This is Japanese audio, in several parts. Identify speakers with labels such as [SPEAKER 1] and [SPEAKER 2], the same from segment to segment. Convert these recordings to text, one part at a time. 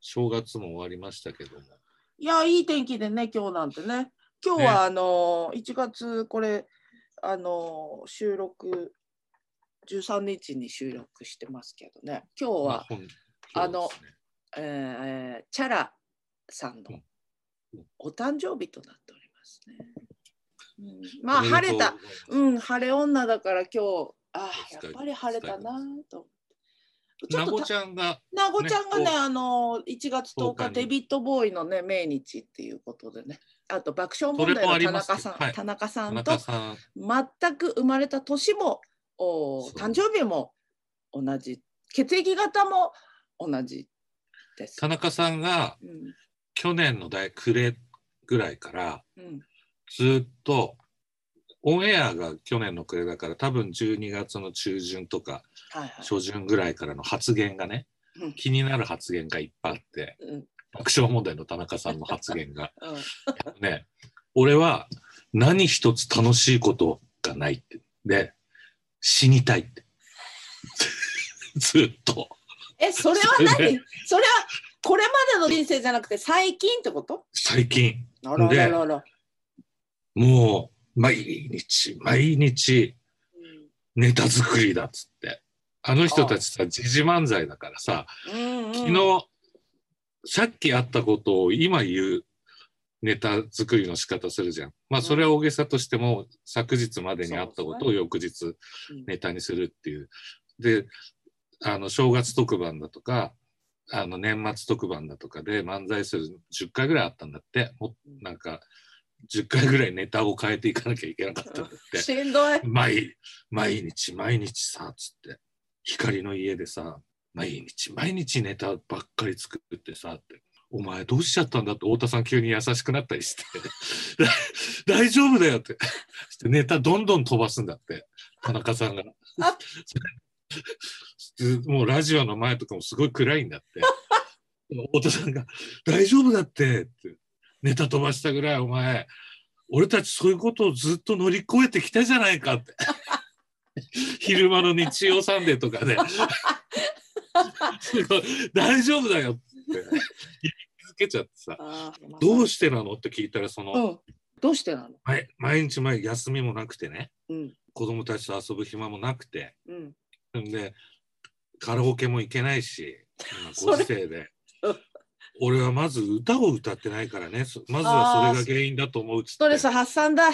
[SPEAKER 1] 正月も終わりましたけども。
[SPEAKER 2] いや、いい天気でね、今日なんてね。今日
[SPEAKER 1] ね
[SPEAKER 2] は、あのー、1月、これ、あのー、収録、13日に収録してますけどね。
[SPEAKER 1] ま
[SPEAKER 2] 今日
[SPEAKER 1] あ
[SPEAKER 2] は、
[SPEAKER 1] 本
[SPEAKER 2] あの
[SPEAKER 1] 今日ですね
[SPEAKER 2] えーえーチャラさんのお誕生日となっておりますね。うん、まあ、晴れた。。
[SPEAKER 1] うん。
[SPEAKER 2] うん、晴れ女だから今日、ああ、
[SPEAKER 1] 疲
[SPEAKER 2] や
[SPEAKER 1] れ
[SPEAKER 2] っぱり晴れたなと。ちょ
[SPEAKER 1] な
[SPEAKER 2] っと
[SPEAKER 1] ご
[SPEAKER 2] た
[SPEAKER 1] ちゃんが、
[SPEAKER 2] なごちゃんがね、
[SPEAKER 1] ね
[SPEAKER 2] あの、1月10
[SPEAKER 1] 10
[SPEAKER 2] 日、
[SPEAKER 1] 日に
[SPEAKER 2] デビットボーイのね、命日っていうことでね。あと、爆笑問
[SPEAKER 1] それもあ
[SPEAKER 2] 題
[SPEAKER 1] り
[SPEAKER 2] の田
[SPEAKER 1] ます
[SPEAKER 2] 中さん、
[SPEAKER 1] はい
[SPEAKER 2] 田中さ
[SPEAKER 1] 田
[SPEAKER 2] んと
[SPEAKER 1] 中、さん、
[SPEAKER 2] 全く生まれた年も、お
[SPEAKER 1] そう
[SPEAKER 2] 誕生日も同じ、血液型も同じです。
[SPEAKER 1] 田中さんが
[SPEAKER 2] うん、
[SPEAKER 1] 去年の大暮れぐらいから、
[SPEAKER 2] うん、
[SPEAKER 1] ずっと、オンエアが去年の暮れだから、多分12月の中旬とか
[SPEAKER 2] はいはい。
[SPEAKER 1] 初旬ぐらいからの発言がね、
[SPEAKER 2] うん
[SPEAKER 1] 気になる発言がいっぱいあって、
[SPEAKER 2] うん、うん、
[SPEAKER 1] 爆笑問題の田中さんの発言が、ね、俺は何一つ楽しいことがないって。で、死にたいって。 ずっと。
[SPEAKER 2] え、それは
[SPEAKER 1] それ
[SPEAKER 2] 何それは、これまでの人生じゃなくて、最近ってこと
[SPEAKER 1] 最近、
[SPEAKER 2] あらららら。
[SPEAKER 1] もう、毎日、毎日、ネタ作りだっつって。あの人たちさ、時事漫才だからさ、
[SPEAKER 2] うんうん
[SPEAKER 1] 昨日、さっきあったことを今言うネタ作りの仕方するじゃん。まあ、それは大げさとしても、昨日までにあったことを翌日ネタにするっていう。で、あの、正月特番だとか、あの、年末特番だとかで漫才する10回ぐらいあったんだって。も
[SPEAKER 2] うん
[SPEAKER 1] なんか、10回ぐらいネタを変えていかなきゃいけなかったんだって。
[SPEAKER 2] しんどい。
[SPEAKER 1] 毎毎日毎日さつって光の家でさ毎日毎日ネタばっかり作ってさってお前どうしちゃったんだって太田さん急に優しくなったりして 大丈夫だよってしてネタどんどん飛ばすんだって田中さんが
[SPEAKER 2] あ。
[SPEAKER 1] もうラジオの前とかもすごい暗いんだって。太田さんが「大丈夫だって」ってネタ飛ばしたぐらいお前俺たちそういうことをずっと乗り越えてきたじゃないかって 昼間の日曜サンデーとか ですごい大丈夫だよって言い続けちゃってさ
[SPEAKER 2] あー
[SPEAKER 1] どうしてなのって聞いたらその、
[SPEAKER 2] うん。どうしてなの
[SPEAKER 1] 毎毎日毎日休みもなくてね
[SPEAKER 2] うん。
[SPEAKER 1] 子供たちと遊ぶ暇もなくて
[SPEAKER 2] うん。
[SPEAKER 1] んでカラオケも行けないし今ご時世で
[SPEAKER 2] それ。
[SPEAKER 1] 俺はまず歌を歌ってないからねそまずはそれが原因だと思うっつって
[SPEAKER 2] ストレス発散だ。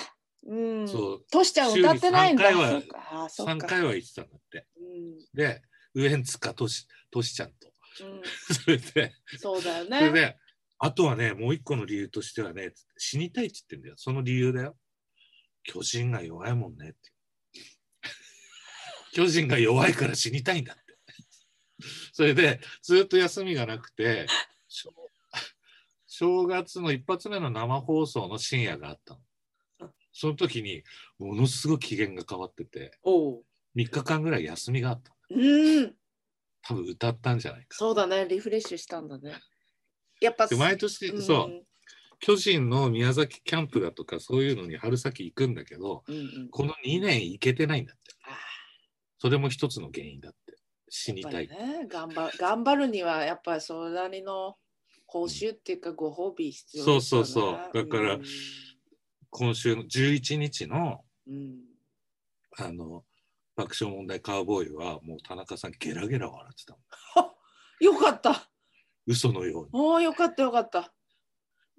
[SPEAKER 2] うん。
[SPEAKER 1] そう
[SPEAKER 2] トシちゃん歌ってないんだ。
[SPEAKER 1] 週に
[SPEAKER 2] そ
[SPEAKER 1] 三
[SPEAKER 2] うか。あーそっ
[SPEAKER 1] 3
[SPEAKER 2] か。
[SPEAKER 1] 回は行ってたんだって
[SPEAKER 2] うん。
[SPEAKER 1] で、ウエンツかトシ、トシちゃんと。
[SPEAKER 2] うん。
[SPEAKER 1] それで、
[SPEAKER 2] そうだよ
[SPEAKER 1] それ
[SPEAKER 2] ね。
[SPEAKER 1] で、あとはね、もう一個の理由としてはね、つって死にたいって言ってんだよ。その理由だよ。巨人が弱いもんねって。 巨人が弱いから死にたいんだって。それで、ずっと休みがなくて、正正月の一発目の生放送の深夜があったの。その時に、ものすごく機嫌が変わってて、
[SPEAKER 2] おう。
[SPEAKER 1] 3日間ぐらい休みがあったの。
[SPEAKER 2] うん。
[SPEAKER 1] 多分歌ったんじゃないか。
[SPEAKER 2] そうだね。リフレッシュしたんだね。やっぱ。
[SPEAKER 1] で毎年、
[SPEAKER 2] うん
[SPEAKER 1] そう巨人の宮崎キャンプだとかそういうのに春先行くんだけど
[SPEAKER 2] うんうん。
[SPEAKER 1] この2年行けてないんだって
[SPEAKER 2] あ
[SPEAKER 1] それも一つの原因だって死
[SPEAKER 2] ー
[SPEAKER 1] に
[SPEAKER 2] やったぱ
[SPEAKER 1] い、
[SPEAKER 2] りね。頑張頑張るにはやっぱりそれなりの報酬っていうかご褒美必要だよね。
[SPEAKER 1] そうそうそうだから
[SPEAKER 2] うん
[SPEAKER 1] 今週の11日の
[SPEAKER 2] うん。
[SPEAKER 1] あの爆笑問題カーボーイはもう田中さんゲラゲラ笑ってたもん
[SPEAKER 2] よかった。
[SPEAKER 1] 嘘のように
[SPEAKER 2] おお、よかったよかった。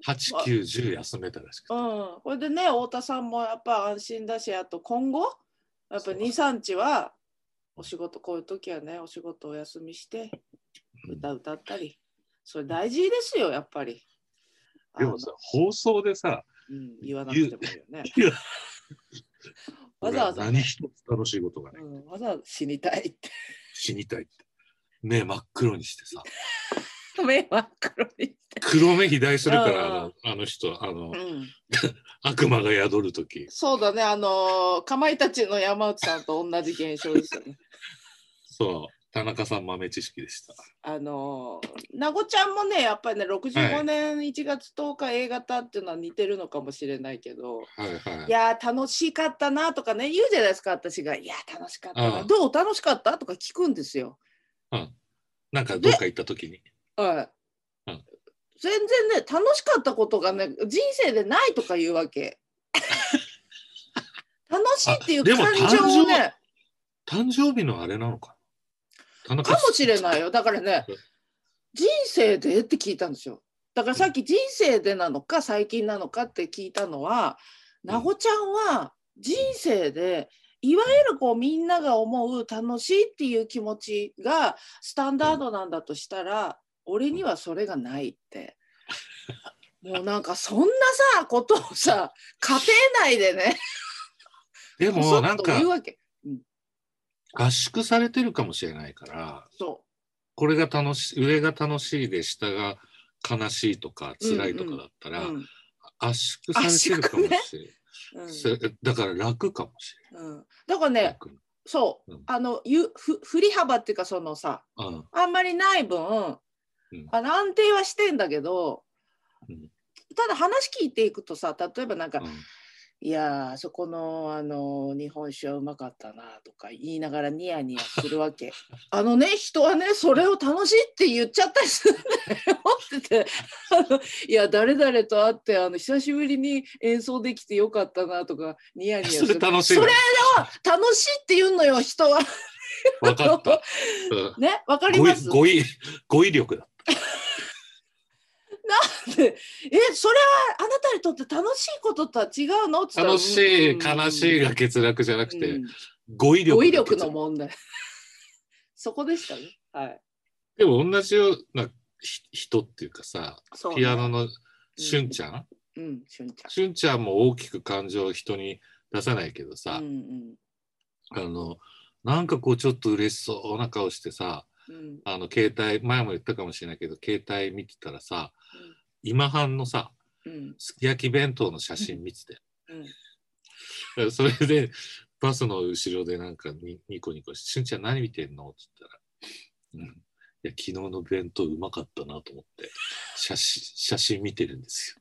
[SPEAKER 1] 890休めたらしくて
[SPEAKER 2] うん。これでね、太田さんもやっぱ安心だし、あと今後、やっぱ
[SPEAKER 1] そう
[SPEAKER 2] 2、3日はお仕事、こういう時はね、お仕事お休みして、
[SPEAKER 1] うん
[SPEAKER 2] 歌歌ったり。それ大事ですよ、やっぱり。
[SPEAKER 1] でもさ放送でさ
[SPEAKER 2] あのうん、言わなくてもいいよね。
[SPEAKER 1] 言う
[SPEAKER 2] わざわざ、
[SPEAKER 1] 俺は何一つ楽しいことがな
[SPEAKER 2] う
[SPEAKER 1] い
[SPEAKER 2] ん、わざわざ死にたいって。
[SPEAKER 1] 死にたいって目真っ黒にしてさ
[SPEAKER 2] 目真っ黒にして。
[SPEAKER 1] 黒目肥大するからあ
[SPEAKER 2] うん
[SPEAKER 1] のあの人あの
[SPEAKER 2] うん、
[SPEAKER 1] 悪魔が宿る時
[SPEAKER 2] そうだね、あのーかまいたちの山内さんと同じ現象ですよね。
[SPEAKER 1] そう、田中さん豆知識でした。
[SPEAKER 2] あのー、なごちゃんもねやっぱりね
[SPEAKER 1] は
[SPEAKER 2] 65
[SPEAKER 1] い
[SPEAKER 2] 年1月10日 A 型っていうのは似てるのかもしれないけど、、
[SPEAKER 1] はいはいい。
[SPEAKER 2] やー楽しかったなとかね言うじゃないですか私が「いやー楽しかったな、
[SPEAKER 1] うん
[SPEAKER 2] どう楽しかった?」とか聞くんですよ。
[SPEAKER 1] うん、なんかどっか行った時に。
[SPEAKER 2] はい、
[SPEAKER 1] う
[SPEAKER 2] 全然ね楽しかったことがね人生でないとか言う わけ楽しいっていう
[SPEAKER 1] あでも
[SPEAKER 2] 感情をね
[SPEAKER 1] 誕生日のあれなのかな田
[SPEAKER 2] か
[SPEAKER 1] 中
[SPEAKER 2] もしれないよだからね人生でって聞いたんですよだからさっき人生でなのか最近なのかって聞いたのはなごちゃんは人生でいわゆるこうみんなが思う楽しいっていう気持ちがスタンダードなんだとしたら俺にはそれがないってもうなんかそんなさことをさ家庭内でね
[SPEAKER 1] で
[SPEAKER 2] そ
[SPEAKER 1] も
[SPEAKER 2] っ
[SPEAKER 1] なん
[SPEAKER 2] と
[SPEAKER 1] か
[SPEAKER 2] 言うわけ
[SPEAKER 1] 合宿されてるかもしれないから
[SPEAKER 2] そ
[SPEAKER 1] これが楽しい上が楽しいで下が悲しいとか辛いとかだった
[SPEAKER 2] う、う
[SPEAKER 1] ら、
[SPEAKER 2] ん
[SPEAKER 1] 圧縮されてるかもしれない、
[SPEAKER 2] うん
[SPEAKER 1] そだから楽かもし
[SPEAKER 2] うん、だから
[SPEAKER 1] れ
[SPEAKER 2] ね
[SPEAKER 1] ない、
[SPEAKER 2] そう、
[SPEAKER 1] うん
[SPEAKER 2] あのゆふ振り幅っていうかそのさ
[SPEAKER 1] うん
[SPEAKER 2] あんまりない分、
[SPEAKER 1] ん
[SPEAKER 2] あの安定はしてんだけど、
[SPEAKER 1] うん
[SPEAKER 2] ただ話聞いていくとさ例えばなんか「
[SPEAKER 1] うん
[SPEAKER 2] いやーそこのあの日本酒はうまかったな」とか言いながらニヤニヤするわけ あのね人はねそれを楽しいって言っちゃったりす るんだよっててあの「いや誰々と会ってあの久しぶりに演奏できてよかったな」とかニヤニヤす
[SPEAKER 1] そ
[SPEAKER 2] る
[SPEAKER 1] れ楽しい
[SPEAKER 2] そ
[SPEAKER 1] な
[SPEAKER 2] れは楽しいって言うのよ人は。
[SPEAKER 1] 分かった、うん
[SPEAKER 2] ね、わかり
[SPEAKER 1] 語
[SPEAKER 2] ま
[SPEAKER 1] 彙
[SPEAKER 2] す。
[SPEAKER 1] 語彙語彙力だ
[SPEAKER 2] で え、それはあなたにとって楽しいこととは違うのって言ったら
[SPEAKER 1] 楽しい、
[SPEAKER 2] うん
[SPEAKER 1] 悲しいが欠落じゃなくて、
[SPEAKER 2] うん
[SPEAKER 1] 語彙力
[SPEAKER 2] 語
[SPEAKER 1] が
[SPEAKER 2] 彙
[SPEAKER 1] 欠落
[SPEAKER 2] 力の問題。 そこでしたね。はい。
[SPEAKER 1] でも同じようなひ人っていうかさ
[SPEAKER 2] そう、ね。
[SPEAKER 1] ピアノ。のしゅんちゃん、
[SPEAKER 2] うん、しゅんち
[SPEAKER 1] しゅんちゃんも大きく感情を人に出さないけど
[SPEAKER 2] ゃ
[SPEAKER 1] さ
[SPEAKER 2] ん。う、ん
[SPEAKER 1] あのなんかこうちょっと嬉しそうな顔してさ
[SPEAKER 2] うん。うん。
[SPEAKER 1] あの携帯前も言ったかもしれないけど携帯見てたらさ今半のさ
[SPEAKER 2] うん。
[SPEAKER 1] すき焼き弁当の写真見てて、
[SPEAKER 2] うん。
[SPEAKER 1] それでバスの後ろでなんかにニコニコして「しゅんちゃん何見てんの?」って言ったら「うん、いや昨日の弁当うまかったな」と思って写真写真見てるんですよ。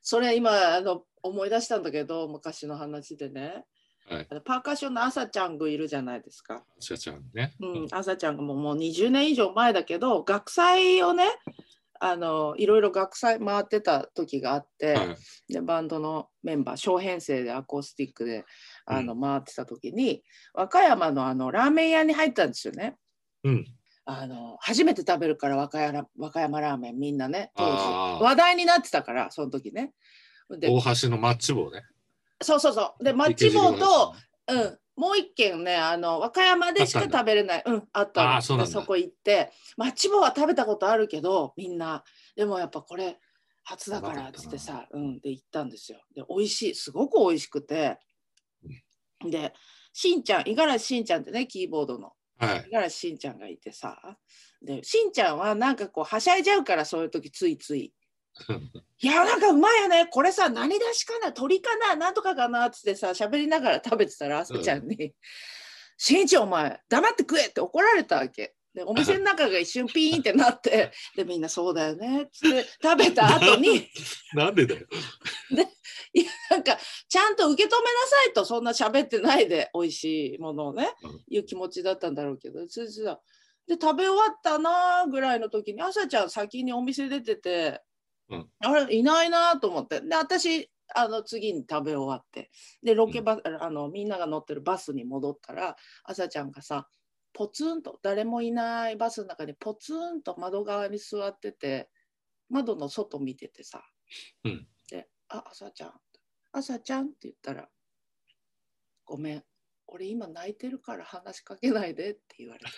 [SPEAKER 2] それ今あの思い出したんだけど昔の話でね、
[SPEAKER 1] はい
[SPEAKER 2] あのパーカッションの朝ちゃんがいるじゃないですか、
[SPEAKER 1] 社長ね、
[SPEAKER 2] うん、朝ちゃんがもうもう20年以上前だけど学祭をねあのいろいろ学祭回ってた時があって、
[SPEAKER 1] はい
[SPEAKER 2] でバンドのメンバー小編成でアコースティックであの回ってた時に、和歌山のあのラーメン屋に入ったんですよね。
[SPEAKER 1] うん
[SPEAKER 2] あの初めて食べるから和歌山和歌山ラーメンみんなね当
[SPEAKER 1] あー
[SPEAKER 2] 時話題になってたからその時ね。で
[SPEAKER 1] 大橋のマッチ棒ね。
[SPEAKER 2] そうそうそうでマッチ棒と、うん、もう一軒ねあの和歌山でしか
[SPEAKER 1] あったんだ
[SPEAKER 2] 食べれないうんあったの
[SPEAKER 1] あーそうなん
[SPEAKER 2] で
[SPEAKER 1] だ
[SPEAKER 2] そこ行ってマッチ棒は食べたことあるけどみんなでもやっぱこれ初だか
[SPEAKER 1] うま
[SPEAKER 2] ら
[SPEAKER 1] か
[SPEAKER 2] っ
[SPEAKER 1] ったな
[SPEAKER 2] つってさうんで行ったんですよで美味しいすごく美味しくてでしんちゃん五十嵐しんちゃんってねキーボードの
[SPEAKER 1] はい
[SPEAKER 2] 五十嵐しんちゃんがいてさでしんちゃんはなんかこうはしゃいじゃうからそういう時ついついいやなんかうまいよねこれさ何出しかな鳥かななんとかかなっつってさ喋りながら食べてたらあすちゃんに「しんちゃんお前黙って食え!」って怒られたわけ。でお店の中が一瞬ピーンってなってでみんな「そうだよね」っつって食べた 後に
[SPEAKER 1] なんでだよ。
[SPEAKER 2] なんかちゃんと受け止めなさいとそんな喋ってないで美味しいものをね
[SPEAKER 1] うん
[SPEAKER 2] いう気持ちだったんだろうけどそれでで食べ終わったなぐらいの時に朝ちゃん先にお店出てて、
[SPEAKER 1] うん
[SPEAKER 2] あれいないなと思ってで私あの次に食べ終わってでロケバス、あのみんなが乗ってるバスに戻ったら朝ちゃんがさポツンと誰もいないバスの中にポツンと窓側に座ってて窓の外見ててさ、
[SPEAKER 1] うん
[SPEAKER 2] で「あ朝ちゃん朝ちゃん」って言ったら「ごめん俺今泣いてるから話しかけないで」って言われ て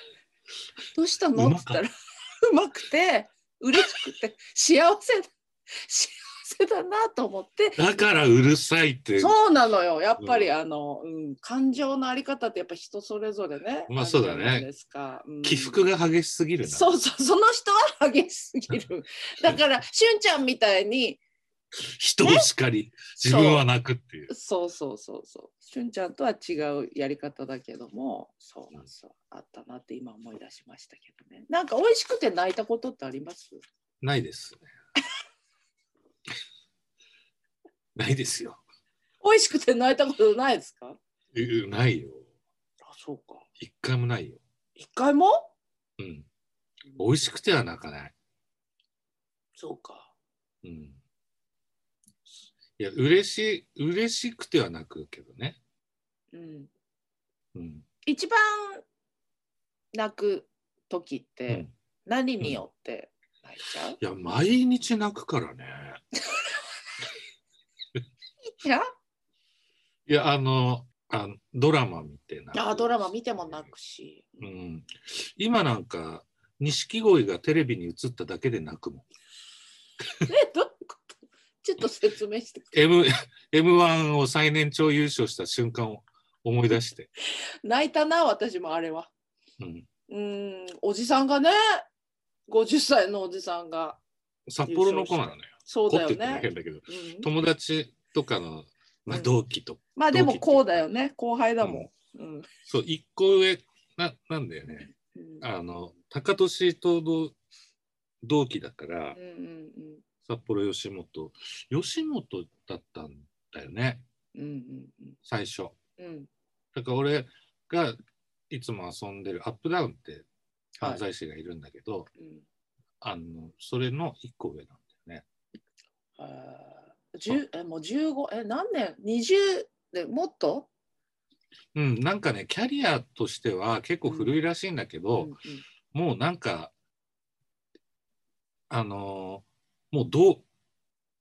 [SPEAKER 2] 「どうしたの?」
[SPEAKER 1] うま
[SPEAKER 2] って言
[SPEAKER 1] か
[SPEAKER 2] っ
[SPEAKER 1] った
[SPEAKER 2] たらうまくて嬉しくて幸せだ幸せだなと思って
[SPEAKER 1] だからうるさいって。
[SPEAKER 2] そうなのよやっぱり、
[SPEAKER 1] う
[SPEAKER 2] あの、うん、感情のあり方ってやっぱ人それぞれね
[SPEAKER 1] まあ
[SPEAKER 2] る
[SPEAKER 1] そうだね
[SPEAKER 2] じゃないですか、うん
[SPEAKER 1] 起伏が激しすぎるな。
[SPEAKER 2] そうそうその人は激しすぎ るだからしゅんちゃんみたいに
[SPEAKER 1] 人を叱り、自分は泣くっていう。
[SPEAKER 2] そうそうそうそうしゅんちゃんとは違うやり方だけどもそうなんですよあったなって今思い出しましたけどねなんか美味しくて泣いたことってあります
[SPEAKER 1] ないです ね。ないですよ。
[SPEAKER 2] 美味しくて泣いたことないですか
[SPEAKER 1] ううないよ。
[SPEAKER 2] あそうか
[SPEAKER 1] 一回もないよ。
[SPEAKER 2] 一回も
[SPEAKER 1] うん。美味しくては泣かない。
[SPEAKER 2] そうか。
[SPEAKER 1] うん。いや、嬉しい、嬉しくては泣くけどね。
[SPEAKER 2] うん。
[SPEAKER 1] うん。
[SPEAKER 2] 一番泣く時っ
[SPEAKER 1] う
[SPEAKER 2] て
[SPEAKER 1] ん、
[SPEAKER 2] 何によって泣いちゃう、
[SPEAKER 1] いや、毎日泣くからね。
[SPEAKER 2] いや
[SPEAKER 1] いや、あの、あドラマ見て泣く。
[SPEAKER 2] あドラマ見ても泣くし。
[SPEAKER 1] うん、今なんか錦鯉がテレビに映っただけで泣くもん。
[SPEAKER 2] え、どういうことちょっと説明してくれ。
[SPEAKER 1] M M1 を最年長優勝した瞬間を思い出して。
[SPEAKER 2] 泣いたな、私もあれは。
[SPEAKER 1] うん、
[SPEAKER 2] うん、おじさんがね、50歳のおじさんが。
[SPEAKER 1] 札幌の子なのよ。
[SPEAKER 2] そう
[SPEAKER 1] 子
[SPEAKER 2] だ
[SPEAKER 1] っ
[SPEAKER 2] よ
[SPEAKER 1] て言っても
[SPEAKER 2] ね。
[SPEAKER 1] 変だけど、
[SPEAKER 2] うん、
[SPEAKER 1] 友達とかの、まあ、
[SPEAKER 2] うん
[SPEAKER 1] 同期とか、
[SPEAKER 2] まあでもこうだよね。後輩だ
[SPEAKER 1] う
[SPEAKER 2] も
[SPEAKER 1] ん
[SPEAKER 2] ん。うん。
[SPEAKER 1] そう一個上ななんだよね。
[SPEAKER 2] うん
[SPEAKER 1] あの高俊と同同期だから
[SPEAKER 2] うんうんうん
[SPEAKER 1] 札幌吉本吉本だったんだよね
[SPEAKER 2] うん
[SPEAKER 1] 最初。
[SPEAKER 2] うんうん。
[SPEAKER 1] だから俺がいつも遊んでるアップダウンって
[SPEAKER 2] はい
[SPEAKER 1] 犯罪師がいるんだけど、
[SPEAKER 2] うん
[SPEAKER 1] あのそれの一個上なんだよね。
[SPEAKER 2] あー10えもう15え何年 ?20 でもっと、
[SPEAKER 1] うん、なんかねキャリアとしては結構古いらしいんだけ
[SPEAKER 2] う
[SPEAKER 1] ど、
[SPEAKER 2] んうん
[SPEAKER 1] もうなんかあのーもうどう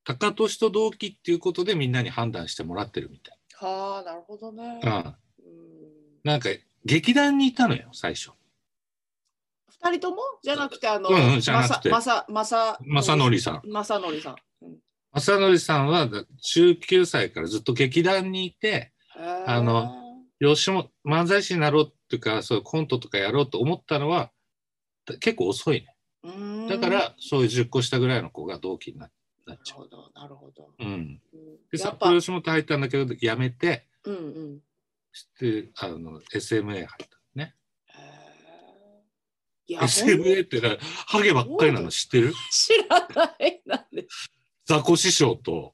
[SPEAKER 1] 高俊と同期っていうことでみんなに判断してもらってるみたい。
[SPEAKER 2] はあなるほどね。
[SPEAKER 1] うん、
[SPEAKER 2] うん
[SPEAKER 1] なんか劇団にいたのよ最初。
[SPEAKER 2] 二人ともじゃなくてあの、
[SPEAKER 1] うんうん
[SPEAKER 2] ま
[SPEAKER 1] じゃな
[SPEAKER 2] さ
[SPEAKER 1] くて
[SPEAKER 2] まさまさ
[SPEAKER 1] 正則さん。
[SPEAKER 2] まさのりさん。うん
[SPEAKER 1] 正則さんは19歳からずっと劇団にいて、あの吉本漫才師になろうっていうかそういうコントとかやろうと思ったのはだ結構遅いね
[SPEAKER 2] へー
[SPEAKER 1] だか
[SPEAKER 2] うーん
[SPEAKER 1] らそういう10個下ぐらいの子が同期になな
[SPEAKER 2] なる
[SPEAKER 1] っちゃ
[SPEAKER 2] ほどなるほど。
[SPEAKER 1] う、うん、
[SPEAKER 2] うん
[SPEAKER 1] で
[SPEAKER 2] や
[SPEAKER 1] 札
[SPEAKER 2] っぱう
[SPEAKER 1] 幌
[SPEAKER 2] ん
[SPEAKER 1] 吉本入ったんだけど辞めて
[SPEAKER 2] うん。
[SPEAKER 1] してあの SMA 入ったね
[SPEAKER 2] へーいやほん
[SPEAKER 1] SMA ってなハゲばっかりなの知ってる
[SPEAKER 2] 知らないなんで。
[SPEAKER 1] ザコ師匠と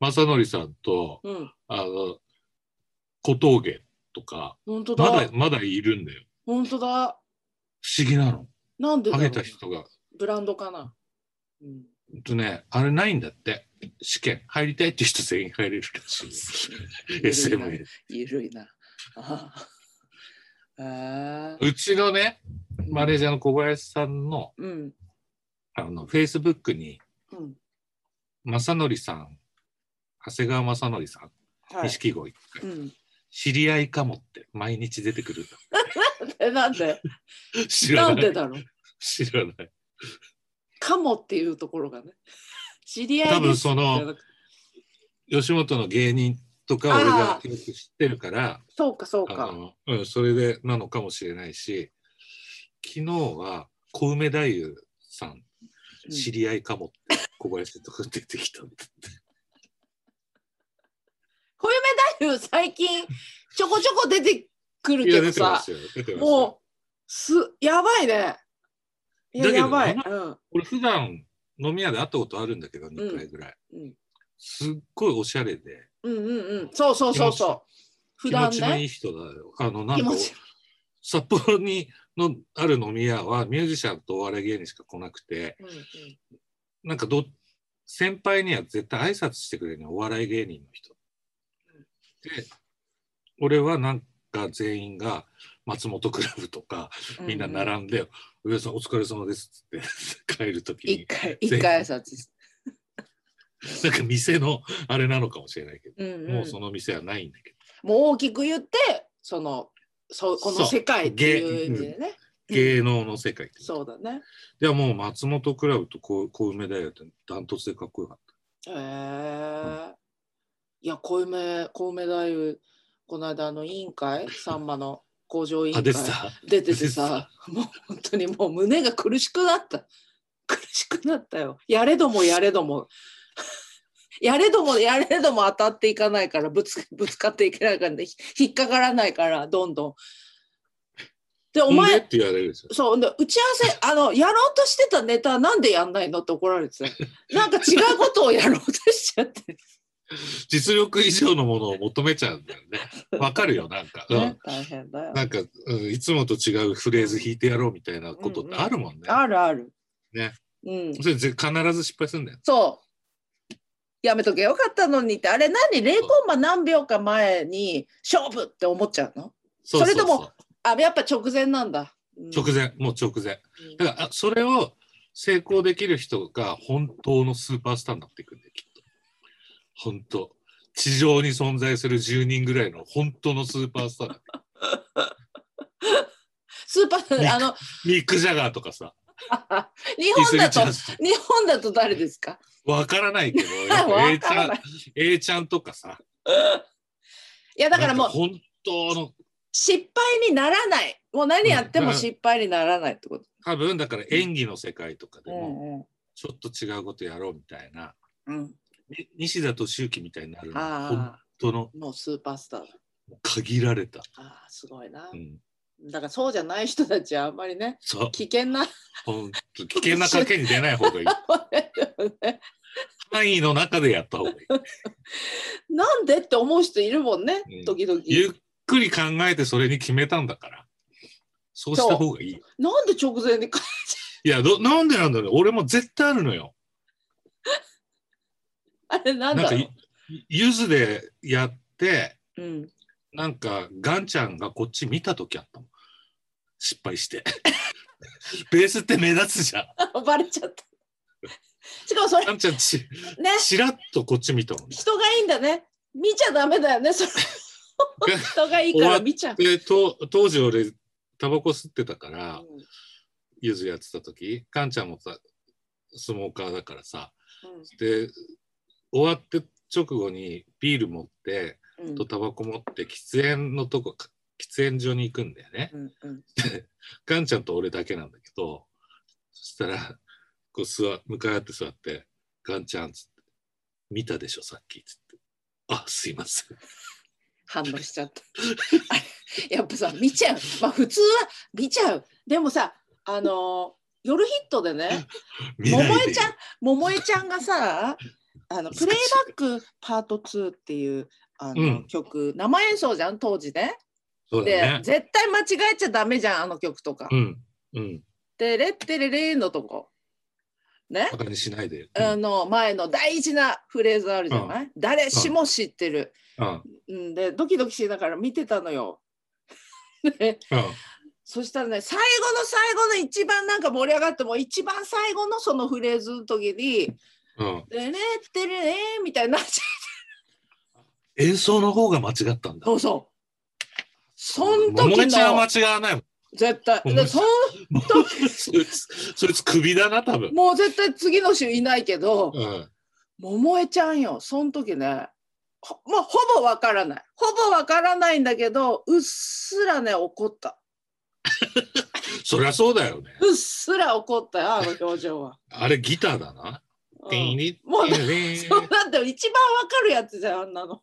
[SPEAKER 1] 正則さんと
[SPEAKER 2] うんうん
[SPEAKER 1] あの小峠とか
[SPEAKER 2] 本当だ。
[SPEAKER 1] まだまだいるんだよ
[SPEAKER 2] 本当だ。
[SPEAKER 1] 不思議なの
[SPEAKER 2] なんでだ
[SPEAKER 1] ハ
[SPEAKER 2] ろう
[SPEAKER 1] ゲた人が
[SPEAKER 2] ブランドかな。うん、
[SPEAKER 1] えっとね、あれないんだって。試験。入りたいって人全員入れるらしい。SMA。
[SPEAKER 2] 緩いな。ああ。ああ
[SPEAKER 1] うちのね、マネージャーの小林さんの、
[SPEAKER 2] うん。
[SPEAKER 1] あの、Facebook に、
[SPEAKER 2] うん。
[SPEAKER 1] 正則さん、長谷川正則さん、
[SPEAKER 2] はい。
[SPEAKER 1] 錦鯉、
[SPEAKER 2] うん。
[SPEAKER 1] 知り合いかもって、毎日出て くるんだ。
[SPEAKER 2] え、なんで、
[SPEAKER 1] 知
[SPEAKER 2] な
[SPEAKER 1] ら
[SPEAKER 2] ん
[SPEAKER 1] な
[SPEAKER 2] で
[SPEAKER 1] い。
[SPEAKER 2] だろう。
[SPEAKER 1] 知らない。
[SPEAKER 2] かもっていうとこ ろがね。知り合い
[SPEAKER 1] 多分
[SPEAKER 2] です
[SPEAKER 1] そ
[SPEAKER 2] じゃ
[SPEAKER 1] の、
[SPEAKER 2] なくて
[SPEAKER 1] 吉本の芸人とか俺がよく知ってるから、
[SPEAKER 2] そうか、そう
[SPEAKER 1] あ
[SPEAKER 2] か。
[SPEAKER 1] のうん、それでなのかもしれないし昨日は小梅太夫さん
[SPEAKER 2] うん
[SPEAKER 1] 知り合いかもって小林とか出てきたんだって、
[SPEAKER 2] 小夢太夫、 最近。ちょこちょ こ出てくる
[SPEAKER 1] い
[SPEAKER 2] け
[SPEAKER 1] や
[SPEAKER 2] ど
[SPEAKER 1] 出てま
[SPEAKER 2] さ
[SPEAKER 1] す。よ出てますよ
[SPEAKER 2] もう。す、やばいね。い
[SPEAKER 1] だけ
[SPEAKER 2] や、
[SPEAKER 1] どね
[SPEAKER 2] やばい。
[SPEAKER 1] ま
[SPEAKER 2] うん。
[SPEAKER 1] 俺普段飲み屋で会ったことあるんだけど2回ぐらい、
[SPEAKER 2] うん。
[SPEAKER 1] すっごいおしゃれで
[SPEAKER 2] うん、うん、うん。そう、そう、そう、そう。普
[SPEAKER 1] 気
[SPEAKER 2] 段
[SPEAKER 1] 持ちのい
[SPEAKER 2] ね。
[SPEAKER 1] い人だよあのな
[SPEAKER 2] 気
[SPEAKER 1] んか
[SPEAKER 2] 持ち。
[SPEAKER 1] 札幌にのある飲み屋はミュージシャンとお笑い芸人しか来なくて
[SPEAKER 2] うん、うん。
[SPEAKER 1] なんかど先輩には絶対挨拶してくれるのお笑い芸人の人。で俺はなんか全員が松本クラブとかみんな
[SPEAKER 2] う
[SPEAKER 1] 並んで「上田さんお疲れ様です」っつって 帰る時
[SPEAKER 2] 一
[SPEAKER 1] に
[SPEAKER 2] 回
[SPEAKER 1] 全員
[SPEAKER 2] 一回挨拶し
[SPEAKER 1] なんか店のあれなのかもしれないけど、
[SPEAKER 2] うんうん
[SPEAKER 1] もうその店はないんだけ
[SPEAKER 2] もう大きく言ってそのそうこ
[SPEAKER 1] そ
[SPEAKER 2] の
[SPEAKER 1] う
[SPEAKER 2] 世界っていう字でね
[SPEAKER 1] ど芸能の世界って
[SPEAKER 2] そうだね
[SPEAKER 1] いやもう松本クラブと小小梅太夫ってダントツでかっこよかっ
[SPEAKER 2] へえいや小梅小梅太夫この間あの委員会さんまの工場委員
[SPEAKER 1] た。あ出
[SPEAKER 2] 会
[SPEAKER 1] てた
[SPEAKER 2] 出ててさもう本当にもう胸が苦しくなった苦しくなったよやれどもやれども やれどもやれども当たっていかないからぶつぶつかっていけないから、ね、ひ引っかからないからどんどん。でお
[SPEAKER 1] お前
[SPEAKER 2] 前
[SPEAKER 1] って言われるんですよ。
[SPEAKER 2] そうで打ち合わせあのやろうとして たネタなんでやんないのって怒られてたよなんか違うことをやろうとしちゃって
[SPEAKER 1] 実力以上のものを求めちゃうんだよ ね。わかるよ、なんか。う
[SPEAKER 2] ね
[SPEAKER 1] ん、
[SPEAKER 2] 大変だよ。
[SPEAKER 1] なんか、うん、いつもと違うフレーズ弾いてやろうみたいなことってあるもんね。
[SPEAKER 2] あるある。
[SPEAKER 1] ね。
[SPEAKER 2] うん。
[SPEAKER 1] それぜ必ず失敗するんだよ。
[SPEAKER 2] そう。やめとけよかったのにって、あれ何 ?0 コンマ何秒か前に勝負って思っちゃうの
[SPEAKER 1] ううう
[SPEAKER 2] それとも、あ、やっぱ直前なんだ。うん
[SPEAKER 1] 直前、もう直前。
[SPEAKER 2] うん
[SPEAKER 1] だから、あそれを成功できる人が本当のスーパースターになっていくんだよ、きっと。本当。地上に存在する10人ぐらいの本当のスーパースターだって。
[SPEAKER 2] スーパ ー、あの、
[SPEAKER 1] ミック・ジャガーとかさ。
[SPEAKER 2] 日
[SPEAKER 1] イス・
[SPEAKER 2] 本
[SPEAKER 1] リ
[SPEAKER 2] だ
[SPEAKER 1] チ
[SPEAKER 2] と
[SPEAKER 1] ャー、ズとか
[SPEAKER 2] 日本だと誰ですか
[SPEAKER 1] わからない けど、やっぱ A
[SPEAKER 2] わ
[SPEAKER 1] ち
[SPEAKER 2] から
[SPEAKER 1] ゃ
[SPEAKER 2] なんい、
[SPEAKER 1] A ちゃんとかさ。
[SPEAKER 2] いや、だからも
[SPEAKER 1] なん
[SPEAKER 2] う
[SPEAKER 1] 本当の、
[SPEAKER 2] 失敗にならない。もう何やって
[SPEAKER 1] う
[SPEAKER 2] も
[SPEAKER 1] ん
[SPEAKER 2] 失敗にならないってこと。
[SPEAKER 1] 多分だから演技の世界とかで
[SPEAKER 2] う
[SPEAKER 1] も、
[SPEAKER 2] ん
[SPEAKER 1] ちょっと違うことやろうみたいな。
[SPEAKER 2] うん。うん。
[SPEAKER 1] に西田敏行みたいになるのは本
[SPEAKER 2] あ
[SPEAKER 1] 当の
[SPEAKER 2] あ、もうスーパースターだ。
[SPEAKER 1] 限られた。
[SPEAKER 2] ああ、すごいな
[SPEAKER 1] う。ん、
[SPEAKER 2] だからそうじゃない人たちはあんまりね、
[SPEAKER 1] そう、
[SPEAKER 2] 危険な。
[SPEAKER 1] 本当危険な賭けに出ない 方がいい。範囲の中でやった方がいい。
[SPEAKER 2] なんでって思う人いるもんね
[SPEAKER 1] うん、
[SPEAKER 2] 時々。
[SPEAKER 1] ゆっくり考えてそれに決めたんだから。そうした方がいい。
[SPEAKER 2] なんで直前に帰
[SPEAKER 1] いやど、なんでなんだろう。俺も絶対あるのよ。
[SPEAKER 2] あれ
[SPEAKER 1] な
[SPEAKER 2] な
[SPEAKER 1] んん
[SPEAKER 2] だ
[SPEAKER 1] か
[SPEAKER 2] ろう
[SPEAKER 1] い、ゆずでやって、
[SPEAKER 2] うん、
[SPEAKER 1] なんか、ガンちゃんがこっち見た時あったもん。失敗して。ベースって目立つじゃん。
[SPEAKER 2] バレちゃった。しかもそれ
[SPEAKER 1] ガンちゃんち、
[SPEAKER 2] ね、
[SPEAKER 1] ちらっとこっち見たもんね。
[SPEAKER 2] 人がいいんだね。見ちゃダメだよね、それ。 人がいいから見ちゃう。
[SPEAKER 1] で、と当時俺、タバコ吸ってたから、
[SPEAKER 2] うん
[SPEAKER 1] ゆずやってた時、ガンちゃんもさ、スモーカーだからさ、
[SPEAKER 2] うん
[SPEAKER 1] で終わって直後にビール持って
[SPEAKER 2] うん
[SPEAKER 1] とタバコ持って喫煙のとこか喫煙所に行くんだよね。
[SPEAKER 2] うんうん
[SPEAKER 1] ガンちゃんと俺だけなんだけどそしたらこう座向かい合って座って「ガンちゃん」つって「見たでしょさっき」つって「あすいません
[SPEAKER 2] 反応しちゃった。 あれやっぱさ、見ちゃう。まあ普通は見ちゃう。でもさ、あのー夜ヒットでね、
[SPEAKER 1] 見
[SPEAKER 2] 桃
[SPEAKER 1] ない
[SPEAKER 2] 江
[SPEAKER 1] で
[SPEAKER 2] ちゃん、桃江ちゃんがさ、あの
[SPEAKER 1] 難し
[SPEAKER 2] プ
[SPEAKER 1] い
[SPEAKER 2] レイバックパート2っていうあの、
[SPEAKER 1] うん
[SPEAKER 2] 曲、生演奏じゃん、当時ね。
[SPEAKER 1] そう
[SPEAKER 2] で、
[SPEAKER 1] だね。
[SPEAKER 2] 絶対間違えちゃダメじゃん、あの曲とか。
[SPEAKER 1] うんうん
[SPEAKER 2] で、レッテレレーのとこ。ね
[SPEAKER 1] バ、カにしないで。う
[SPEAKER 2] あ
[SPEAKER 1] ん
[SPEAKER 2] の前の大事なフレーズあるじゃない、誰しも知ってる。
[SPEAKER 1] うん
[SPEAKER 2] うん、で、ドキドキしながら見てたのよ。で
[SPEAKER 1] うん
[SPEAKER 2] そしたらね最後の最後の一番なんか盛り上がっても一番最後のそのフレーズの時に
[SPEAKER 1] うん
[SPEAKER 2] 「でねってるね」みたいになっちゃ
[SPEAKER 1] 演奏の方が間違ったん
[SPEAKER 2] う
[SPEAKER 1] だ。
[SPEAKER 2] そうそうそん時
[SPEAKER 1] 桃江ちゃん
[SPEAKER 2] の
[SPEAKER 1] は間違わないもん。
[SPEAKER 2] 絶対
[SPEAKER 1] 桃
[SPEAKER 2] で
[SPEAKER 1] 井
[SPEAKER 2] そん
[SPEAKER 1] もうそいつ、そいつ首だな、多分。
[SPEAKER 2] もう絶対次の週いないけど
[SPEAKER 1] うん。
[SPEAKER 2] 桃江ちゃんよそん時ねほもうほぼわからないほぼわからないんだけどうっすらね怒った
[SPEAKER 1] そりゃそうだよね。
[SPEAKER 2] うっすら怒ったよあの表情は。
[SPEAKER 1] あれギターだな。
[SPEAKER 2] うん
[SPEAKER 1] ピンリ
[SPEAKER 2] もう
[SPEAKER 1] ピンリ
[SPEAKER 2] そんなんでも一番わかるやつじゃんあんなの。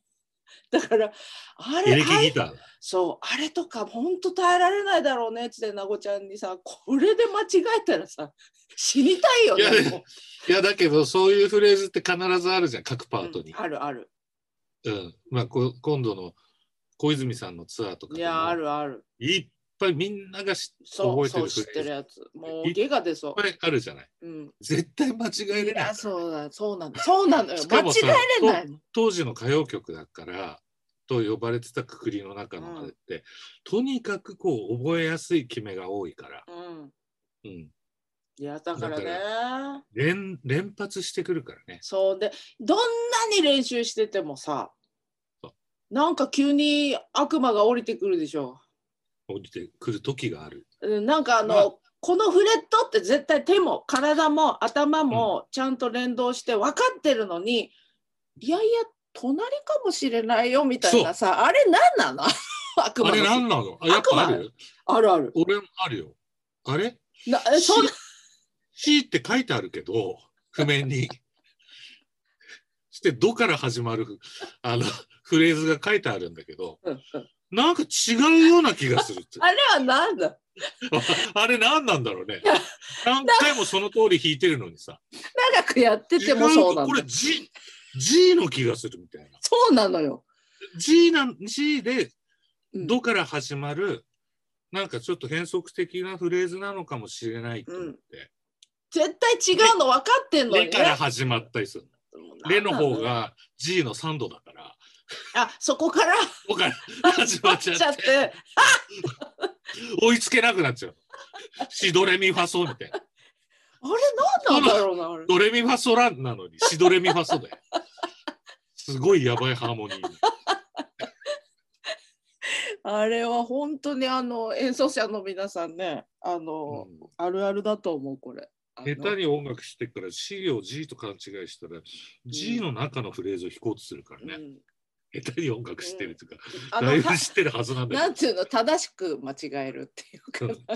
[SPEAKER 2] だからあれ
[SPEAKER 1] エレ
[SPEAKER 2] あ
[SPEAKER 1] キ
[SPEAKER 2] い
[SPEAKER 1] ギターだ。
[SPEAKER 2] そうあれとか本当耐えられないだろうねっつってなごちゃんにさこれで間違えたらさ死にたいよ
[SPEAKER 1] いや
[SPEAKER 2] ね
[SPEAKER 1] ね
[SPEAKER 2] もう
[SPEAKER 1] いや、だけど、そういうフレーズって必ずあるじゃん、各パ
[SPEAKER 2] う
[SPEAKER 1] ート
[SPEAKER 2] ん
[SPEAKER 1] に。
[SPEAKER 2] あるある
[SPEAKER 1] うん。まあ、こ今度の小泉さんのツアーとか
[SPEAKER 2] い
[SPEAKER 1] でも
[SPEAKER 2] やあるある
[SPEAKER 1] いっぱいみんなが知っ
[SPEAKER 2] そう
[SPEAKER 1] 覚
[SPEAKER 2] そう
[SPEAKER 1] え
[SPEAKER 2] 知ってて
[SPEAKER 1] るフ
[SPEAKER 2] る
[SPEAKER 1] レ
[SPEAKER 2] やつもうゲが出そ
[SPEAKER 1] ぱいあるじゃない。
[SPEAKER 2] う、うん、
[SPEAKER 1] 絶対間違え
[SPEAKER 2] い
[SPEAKER 1] れない
[SPEAKER 2] や。そうだそうなんだそうなのよ
[SPEAKER 1] し
[SPEAKER 2] 間
[SPEAKER 1] か
[SPEAKER 2] 違
[SPEAKER 1] もさ
[SPEAKER 2] えれないの
[SPEAKER 1] 当時の歌謡曲だからと呼ばれてたくくりの中のあれって、とにかくこう覚えやすい決めが多いから、
[SPEAKER 2] うん
[SPEAKER 1] うん、
[SPEAKER 2] いやだから
[SPEAKER 1] だ
[SPEAKER 2] ね
[SPEAKER 1] 連連発してくるからね
[SPEAKER 2] そうでどんなに練習しててもさ
[SPEAKER 1] そう
[SPEAKER 2] なんか急に悪魔が降りてくるでしょ
[SPEAKER 1] 降りてくる時がある。
[SPEAKER 2] うんなんかあの、
[SPEAKER 1] まあ
[SPEAKER 2] このフレットって絶対手も体も頭もちゃんと連動して分かってるのに、いやいや隣かもしれないよみたいなさあれ何なの 悪
[SPEAKER 1] あ
[SPEAKER 2] 魔
[SPEAKER 1] れ
[SPEAKER 2] の
[SPEAKER 1] 何なのあやっぱある
[SPEAKER 2] あるある
[SPEAKER 1] 俺もあるよ。あれ
[SPEAKER 2] なえそん
[SPEAKER 1] ?C って書いてあるけど譜面に。して「ど」から始まるあのフレーズが書いてあるんだけど
[SPEAKER 2] うんうん
[SPEAKER 1] なんか違うような気がする って
[SPEAKER 2] あれは何だ
[SPEAKER 1] あれ何なんだろうね
[SPEAKER 2] いや。
[SPEAKER 1] 何回もその通り弾いてるのにさ。
[SPEAKER 2] 長くやっててもそうなん
[SPEAKER 1] こ
[SPEAKER 2] だ
[SPEAKER 1] れ G、 G の気がするみたいな。
[SPEAKER 2] そうなのよ。
[SPEAKER 1] G, なん G で
[SPEAKER 2] うん
[SPEAKER 1] ドから始まる、なんかちょっと変則的なフレーズなのかもしれないと思って、
[SPEAKER 2] 絶対違うの分かってんの
[SPEAKER 1] レ
[SPEAKER 2] にね。
[SPEAKER 1] から始まったりするの。レの方が G の3度だから、
[SPEAKER 2] あそこから
[SPEAKER 1] ドから始まっちゃ
[SPEAKER 2] ち
[SPEAKER 1] って
[SPEAKER 2] ゃって
[SPEAKER 1] 追いつけなくなっちゃう。シドレミファソみたいな。
[SPEAKER 2] あれなんなんだろうなあれ
[SPEAKER 1] ドレミファソラなのにシドレミファソだよ。すごいやばいハーモニー。
[SPEAKER 2] あれは本当にあの演奏者の皆さんねあの、
[SPEAKER 1] うん
[SPEAKER 2] あるあるだと思うこれ。あの
[SPEAKER 1] 下手に音楽してから C を G と勘違いしたら G の中のフレーズを弾こうとするからね、
[SPEAKER 2] うん
[SPEAKER 1] 下手に音楽してるとか、
[SPEAKER 2] あ
[SPEAKER 1] だい
[SPEAKER 2] の
[SPEAKER 1] ぶ知ってるはずなんだ
[SPEAKER 2] な
[SPEAKER 1] よ
[SPEAKER 2] んていうの正しく間違えるってい うかなんか、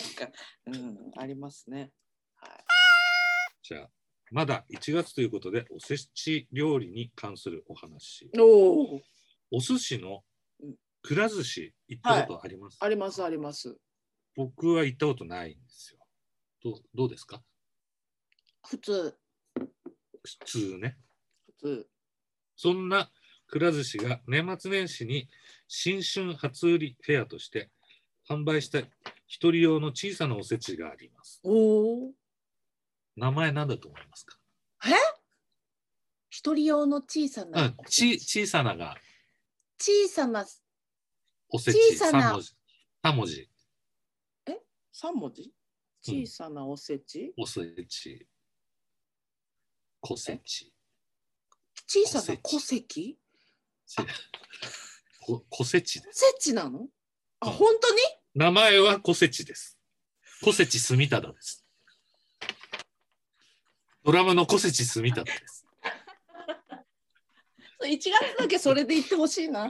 [SPEAKER 2] うん、ありますね。はい
[SPEAKER 1] じゃあまだ1月ということでおせち料理に関するお話
[SPEAKER 2] おお
[SPEAKER 1] お寿司の
[SPEAKER 2] うん
[SPEAKER 1] くら寿司行ったことあります、
[SPEAKER 2] ありますあります。
[SPEAKER 1] 僕は行ったことないんですよどうどうですか
[SPEAKER 2] 普通
[SPEAKER 1] 普通ね
[SPEAKER 2] 普通。
[SPEAKER 1] そんなくら寿司が年末年始に新春初売りフェアとして販売した一人用の小さなおせちがあります。
[SPEAKER 2] おお
[SPEAKER 1] 名前なんだと思いますか、
[SPEAKER 2] 一人用の小さ
[SPEAKER 1] う
[SPEAKER 2] な、
[SPEAKER 1] ん、ち小さなが
[SPEAKER 2] 小さな
[SPEAKER 1] おせち
[SPEAKER 2] 小さな
[SPEAKER 1] 三文字三文字
[SPEAKER 2] 三文字
[SPEAKER 1] うん
[SPEAKER 2] 小さなおせち、
[SPEAKER 1] おせち小せち
[SPEAKER 2] 小さな
[SPEAKER 1] 戸
[SPEAKER 2] 戸籍
[SPEAKER 1] せこ小せちです
[SPEAKER 2] 戸籍なのあ、
[SPEAKER 1] うん
[SPEAKER 2] 本当に
[SPEAKER 1] 名前は小せちです小せち住忠ですドラムの小せち住忠です
[SPEAKER 2] 1月だけそれで言ってほし いな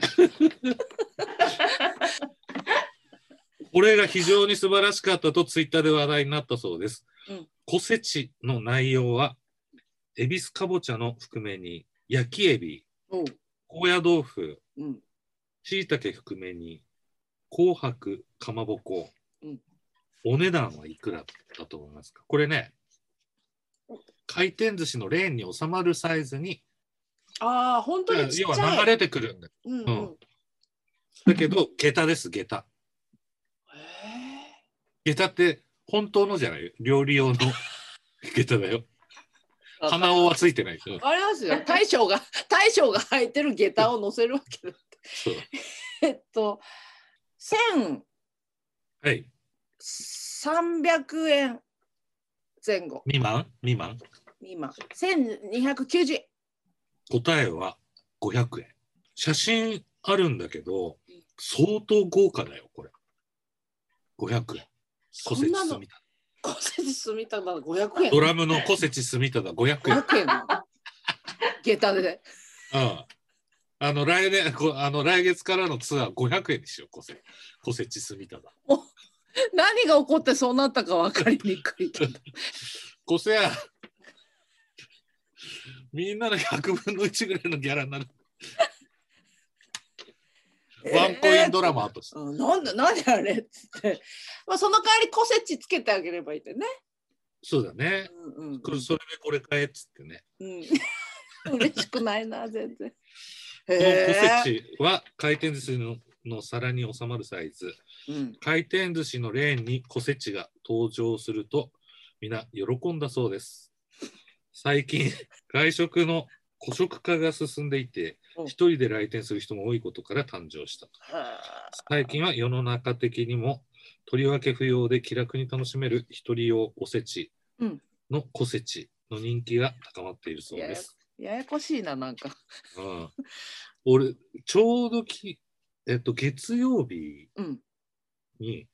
[SPEAKER 1] これが非常に素晴らしかったとツイッターで話題になったそうです。
[SPEAKER 2] うん
[SPEAKER 1] 小せちの内容は、エビスかぼちゃの含めに、焼きエビ、
[SPEAKER 2] おう、
[SPEAKER 1] 高野豆腐、
[SPEAKER 2] うん、
[SPEAKER 1] しいたけ含めに、紅白かまぼこ、
[SPEAKER 2] うん
[SPEAKER 1] お値段はいくらだと思いますかこれね、回転寿司のレーンに収まるサイズに、
[SPEAKER 2] ああ本当にちっ
[SPEAKER 1] 要
[SPEAKER 2] ちゃい
[SPEAKER 1] は流れてくるんだ
[SPEAKER 2] うんうん
[SPEAKER 1] うだけど、下駄です、下駄。
[SPEAKER 2] へ
[SPEAKER 1] 下駄って本当のじゃないよ料理 用の下駄だよ。
[SPEAKER 2] ー
[SPEAKER 1] 鼻緒はついてない。うん
[SPEAKER 2] ありますよ大将が大将が履いてる下駄を乗せるわけだ
[SPEAKER 1] そう
[SPEAKER 2] えっと
[SPEAKER 1] はい。
[SPEAKER 2] 1300円前後
[SPEAKER 1] 未満未満
[SPEAKER 2] 今1290
[SPEAKER 1] 答えは500円。写真あるんだけど、相当豪華だよ、これ。500円。小
[SPEAKER 2] そん
[SPEAKER 1] 節
[SPEAKER 2] なの
[SPEAKER 1] 住田。
[SPEAKER 2] 小説住みたな500円
[SPEAKER 1] ドラムの小節住田だ、500円。
[SPEAKER 2] 500円なの下駄で
[SPEAKER 1] うん。あの、来年、こあの来月からのツアー500円にしよう、小節。小節住田だ。
[SPEAKER 2] 何が起こってそうなったか分かりにくいけど
[SPEAKER 1] 小節や、 みんなの100分の1ぐらいのギャラになる。ワンコインドラマーとして。
[SPEAKER 2] うんなんだ何あれっ つって、まあ、その代わり小せちつけてあげればいいってね、
[SPEAKER 1] そうだね。
[SPEAKER 2] うんうん
[SPEAKER 1] これそれでこれ買えっつってね。
[SPEAKER 2] うん、 嬉しくないな 全然
[SPEAKER 1] こ
[SPEAKER 2] へ
[SPEAKER 1] の小
[SPEAKER 2] え、
[SPEAKER 1] せちは回転寿司のの皿に収まるサイズ。
[SPEAKER 2] うん、
[SPEAKER 1] 回転寿司のレーンに小せちが登場すると、皆喜んだそうです。最近、外食の古食化が進んでいて
[SPEAKER 2] う、ん
[SPEAKER 1] 一人で来店する人も多いことから誕生した。
[SPEAKER 2] はあ
[SPEAKER 1] 最近は世の中的にも、とりわけ不要で気楽に楽しめる一人用おせち
[SPEAKER 2] うん
[SPEAKER 1] の小せちの人気が高まっているそうです。
[SPEAKER 2] ややこしいななんか
[SPEAKER 1] うん俺ちょうどき、えっと、月曜日
[SPEAKER 2] うん
[SPEAKER 1] に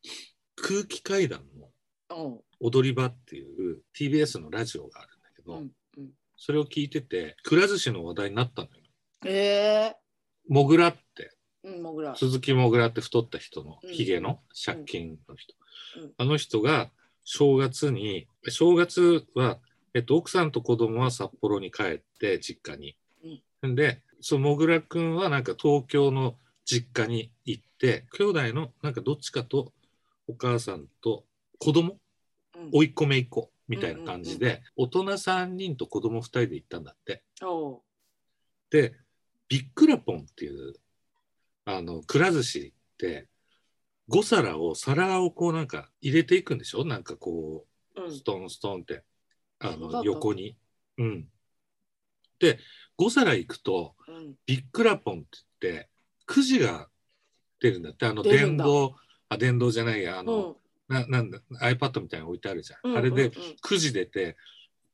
[SPEAKER 1] 空気階段の
[SPEAKER 2] おう
[SPEAKER 1] 踊り場っていう TBS のラジオがあるんだけ
[SPEAKER 2] う
[SPEAKER 1] ど、
[SPEAKER 2] んうん
[SPEAKER 1] それを聞いててくら寿司の話題になったのよ。
[SPEAKER 2] ええ
[SPEAKER 1] もぐらって
[SPEAKER 2] うんもぐら
[SPEAKER 1] 鈴木もぐらって太った人の
[SPEAKER 2] うん
[SPEAKER 1] ひげの借金の人、
[SPEAKER 2] うん
[SPEAKER 1] あの人が正月に正月は、えっと、奥さんと子供は札幌に帰って実家に、でそのもぐらくんはなんか東京の実家に行って兄弟のなんかどっちかとお母さんと子供
[SPEAKER 2] うん
[SPEAKER 1] 追い込めっ子みたいな感じで、大人3人と子供2人で行ったんだって
[SPEAKER 2] おう
[SPEAKER 1] でビッくらポンっていうあのくら寿司って5皿を皿をこうなんか入れていくんでしょなんかこ
[SPEAKER 2] う
[SPEAKER 1] うんストンストンってあ
[SPEAKER 2] そうだ
[SPEAKER 1] の
[SPEAKER 2] った
[SPEAKER 1] 横に。うん、で5皿いくと
[SPEAKER 2] うん
[SPEAKER 1] ビッくらポンって言ってくじが出るんだってあの
[SPEAKER 2] 出る
[SPEAKER 1] 電
[SPEAKER 2] んだ
[SPEAKER 1] 動あ電動じゃないやあ
[SPEAKER 2] う
[SPEAKER 1] の、
[SPEAKER 2] ん
[SPEAKER 1] ななんだ iPad みたいなの置いてあるじゃん、
[SPEAKER 2] うん
[SPEAKER 1] あれで
[SPEAKER 2] うん
[SPEAKER 1] くじ出て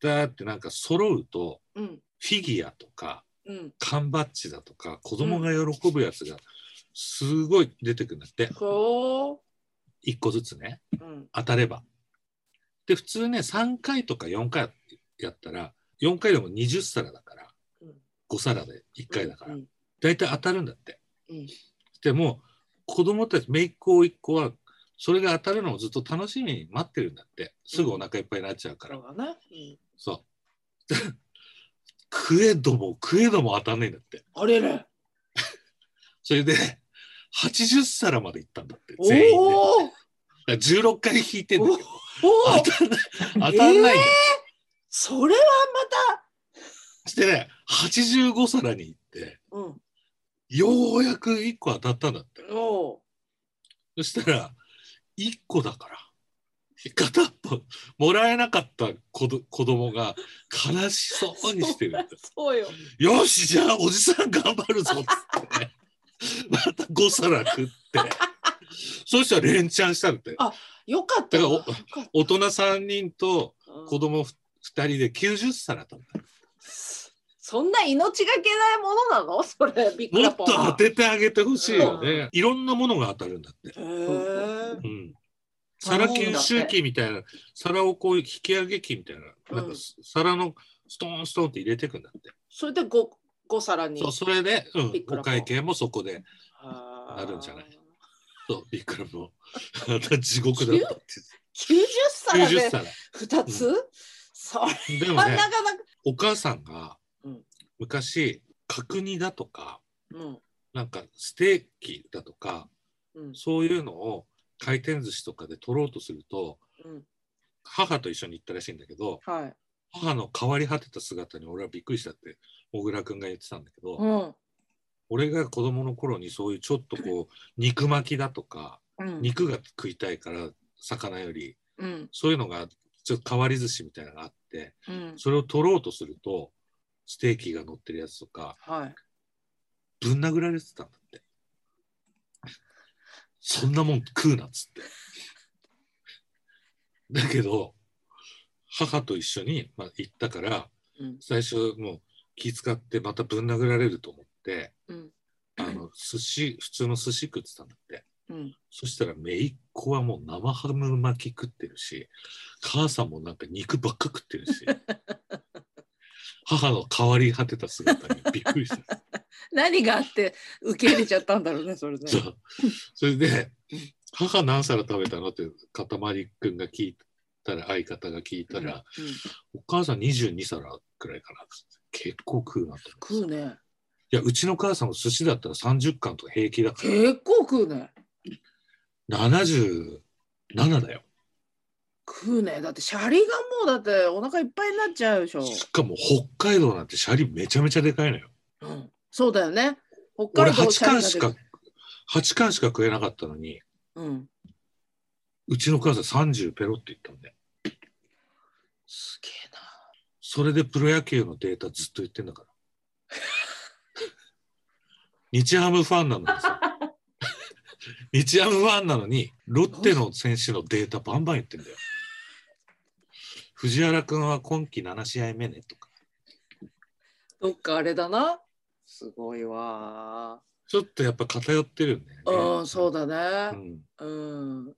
[SPEAKER 1] だーってなんか揃うと
[SPEAKER 2] うん
[SPEAKER 1] フィギュアとか
[SPEAKER 2] うん
[SPEAKER 1] 缶バッジだとか子供が喜ぶやつがすごい出てくるんだって、
[SPEAKER 2] こ
[SPEAKER 1] 一1個ずつね
[SPEAKER 2] ううん
[SPEAKER 1] 当たれば。で普通ね3回とか4回やったら4回でも20皿だから
[SPEAKER 2] うん
[SPEAKER 1] 5皿で1回だから
[SPEAKER 2] うん
[SPEAKER 1] 大体、たい当たるんだって。
[SPEAKER 2] うん
[SPEAKER 1] でも子供たち姪っ子一個はそれが当たるのをずっと楽しみに待ってるんだってすぐお腹いっぱいになっちゃうから、
[SPEAKER 2] そうだねうん
[SPEAKER 1] そう 食えども食えども当たんないんだって
[SPEAKER 2] あれれ
[SPEAKER 1] それで80皿まで行ったんだって
[SPEAKER 2] お
[SPEAKER 1] 全員で
[SPEAKER 2] おー
[SPEAKER 1] だから16回引いてんだけど
[SPEAKER 2] おお
[SPEAKER 1] 当たんない当たんないんだ、
[SPEAKER 2] それは
[SPEAKER 1] してね85皿に行って
[SPEAKER 2] またうん
[SPEAKER 1] ようやく1個当たったんだって
[SPEAKER 2] お
[SPEAKER 1] そ
[SPEAKER 2] う
[SPEAKER 1] したら1個だから片っぽもらえなかった子ど子供が悲しそうにしてるんだ
[SPEAKER 2] そうよ
[SPEAKER 1] よしじゃあおじさん頑張るぞっつってねまた5皿食ってそうしたら連チャンしたんだって
[SPEAKER 2] よかった
[SPEAKER 1] だ
[SPEAKER 2] な
[SPEAKER 1] からお
[SPEAKER 2] よかっ
[SPEAKER 1] 大人3人と
[SPEAKER 2] たうん
[SPEAKER 1] 子供ふ2人で90皿食べ
[SPEAKER 2] そんな命がけないものなのそれビッ
[SPEAKER 1] た
[SPEAKER 2] グ
[SPEAKER 1] も
[SPEAKER 2] ラ
[SPEAKER 1] っ
[SPEAKER 2] ポ
[SPEAKER 1] と
[SPEAKER 2] ンは
[SPEAKER 1] 当ててあげてほしいよねいろんなものが当たるんだって
[SPEAKER 2] へー
[SPEAKER 1] うん皿吸収器みたいな皿をこう引き上げ器みたいななん
[SPEAKER 2] う
[SPEAKER 1] か
[SPEAKER 2] ん
[SPEAKER 1] す皿のストーンストーンって入れてくんだって、
[SPEAKER 2] それでごご皿に
[SPEAKER 1] そうそれで、う
[SPEAKER 2] びっ
[SPEAKER 1] ん、
[SPEAKER 2] くら
[SPEAKER 1] お
[SPEAKER 2] ぽん
[SPEAKER 1] 会計もそこで
[SPEAKER 2] あ
[SPEAKER 1] あるんじゃないそうびっくらぽん また地獄だったって
[SPEAKER 2] 90皿
[SPEAKER 1] 90
[SPEAKER 2] で
[SPEAKER 1] 皿
[SPEAKER 2] 2つ、それ
[SPEAKER 1] でも
[SPEAKER 2] はな
[SPEAKER 1] ね
[SPEAKER 2] かなか、
[SPEAKER 1] お母さんが
[SPEAKER 2] うん
[SPEAKER 1] 昔角煮だとか
[SPEAKER 2] うん
[SPEAKER 1] なんかステーキだとか
[SPEAKER 2] うん
[SPEAKER 1] そういうのを回転寿司とかで取ろうとすると
[SPEAKER 2] うん、
[SPEAKER 1] 母と一緒に行ったらしいんだけど
[SPEAKER 2] はい、
[SPEAKER 1] 母の変わり果てた姿に俺はびっくりしたって小倉君が言ってたんだけど、
[SPEAKER 2] うん
[SPEAKER 1] 俺が子供の頃にそういうちょっとこう肉巻きだとか
[SPEAKER 2] うん
[SPEAKER 1] 肉が食いたいから魚より
[SPEAKER 2] うん
[SPEAKER 1] そういうのがちょっと変わり寿司みたいなのがあって
[SPEAKER 2] うん
[SPEAKER 1] それを取ろうとするとステーキが乗ってるやつとか
[SPEAKER 2] はい
[SPEAKER 1] ぶん殴られてたんだってそんなもん食うなっつってだけど母と一緒に、まあ、行ったから
[SPEAKER 2] うん
[SPEAKER 1] 最初もう気遣ってまたぶん殴られると思って
[SPEAKER 2] うん
[SPEAKER 1] あの寿司普通の寿司食ってたんだって
[SPEAKER 2] うん
[SPEAKER 1] そしたら姪っ子はもう生ハム巻き食ってるし母さんもなんか肉ばっか食ってる し母の変わり果てた姿にびっくりした
[SPEAKER 2] 何があって受け入れちゃったんだろうねそれ ね
[SPEAKER 1] そうそれで「母何皿食べたの?」ってかたまりくんが聞いたら相方が聞いた
[SPEAKER 2] うんう
[SPEAKER 1] ら
[SPEAKER 2] ん、
[SPEAKER 1] お母さん22皿くらいかな」結構食うなと
[SPEAKER 2] 食
[SPEAKER 1] 思って
[SPEAKER 2] うね
[SPEAKER 1] いやうちの母さんも寿司だったら30貫とか平気だから
[SPEAKER 2] 結構食うね
[SPEAKER 1] 77だよ
[SPEAKER 2] 食うねだってシャリがもうだってお腹いっぱいになっちゃうでしょ、
[SPEAKER 1] しかも北海道なんてシャリめちゃめちゃでかいのよ
[SPEAKER 2] うん、そうだよね北
[SPEAKER 1] 俺
[SPEAKER 2] 海道
[SPEAKER 1] 8貫し
[SPEAKER 2] シャリが
[SPEAKER 1] か
[SPEAKER 2] 出て
[SPEAKER 1] 8貫しか食えなかったのに
[SPEAKER 2] くるうん
[SPEAKER 1] うちの母さん30ペロって言ったんで
[SPEAKER 2] すげえな
[SPEAKER 1] それでプロ野球のデータずっと言ってんだから。日ハムファンなのにさ。日ハムファンなのに、ロッテの選手のデータバンバン言ってんだよ。藤原君は今季7試合目ねとか。
[SPEAKER 2] どっかあれだな。すごいわ
[SPEAKER 1] ちょっとやっぱ偏ってるんだ
[SPEAKER 2] ー。
[SPEAKER 1] よね。
[SPEAKER 2] うん、そうだ
[SPEAKER 1] う
[SPEAKER 2] ね。
[SPEAKER 1] ん
[SPEAKER 2] うん。